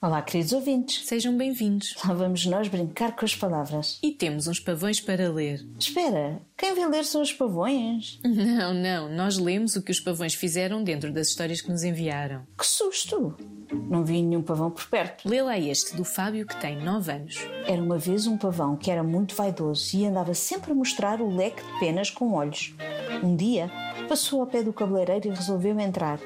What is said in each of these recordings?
Olá, queridos ouvintes. Sejam bem-vindos. Lá vamos nós brincar com as palavras. E temos uns pavões para ler. Espera, quem vem ler são os pavões? Não, não, nós lemos o que os pavões fizeram dentro das histórias que nos enviaram. Que susto! Não vi nenhum pavão por perto. Lê lá este do Fábio, que tem 9 anos. Era uma vez um pavão que era muito vaidoso e andava sempre a mostrar o leque de penas com olhos. Um dia, passou ao pé do cabeleireiro e resolveu entrar.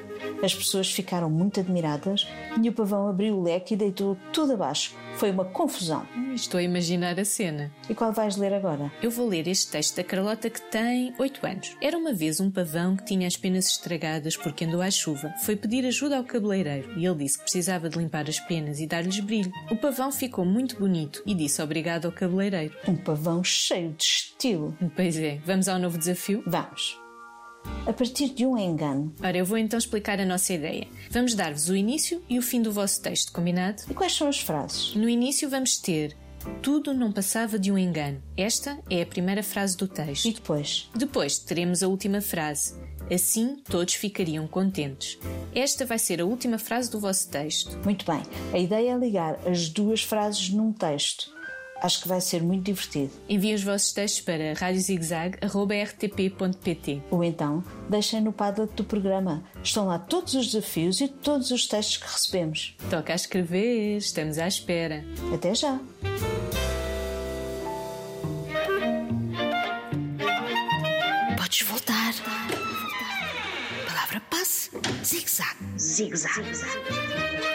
As pessoas ficaram muito admiradas e o pavão abriu o leque e deitou tudo abaixo. Foi uma confusão. Hum, Estou a imaginar a cena. E qual vais ler agora? Eu vou ler este texto da Carlota que tem 8 anos. Era uma vez um pavão que tinha as penas estragadas porque andou à chuva. Foi pedir ajuda ao cabeleireiro e ele disse que precisava de limpar as penas e dar-lhes brilho. O pavão ficou muito bonito e disse obrigado ao cabeleireiro. Um pavão cheio de estilo. Pois é, vamos ao novo desafio? Vamos. A partir de um engano. Ora, eu vou então explicar a nossa ideia. Vamos dar-vos o início e o fim do vosso texto, combinado? E quais são as frases? No início vamos ter Tudo não passava de um engano. Esta é a primeira frase do texto. E depois? Depois teremos a última frase. Assim todos ficariam contentes. Esta vai ser a última frase do vosso texto. Muito bem, a ideia é ligar as duas frases num texto. Acho que vai ser muito divertido. Enviem os vossos textos para radiozigzag.rtp.pt. Ou então, deixem no Padlet do programa. Estão lá todos os desafios e todos os textos que recebemos. Toca a escrever, estamos à espera. Até já! Podes voltar. Palavra passe. Zig-zag. Zig-zag.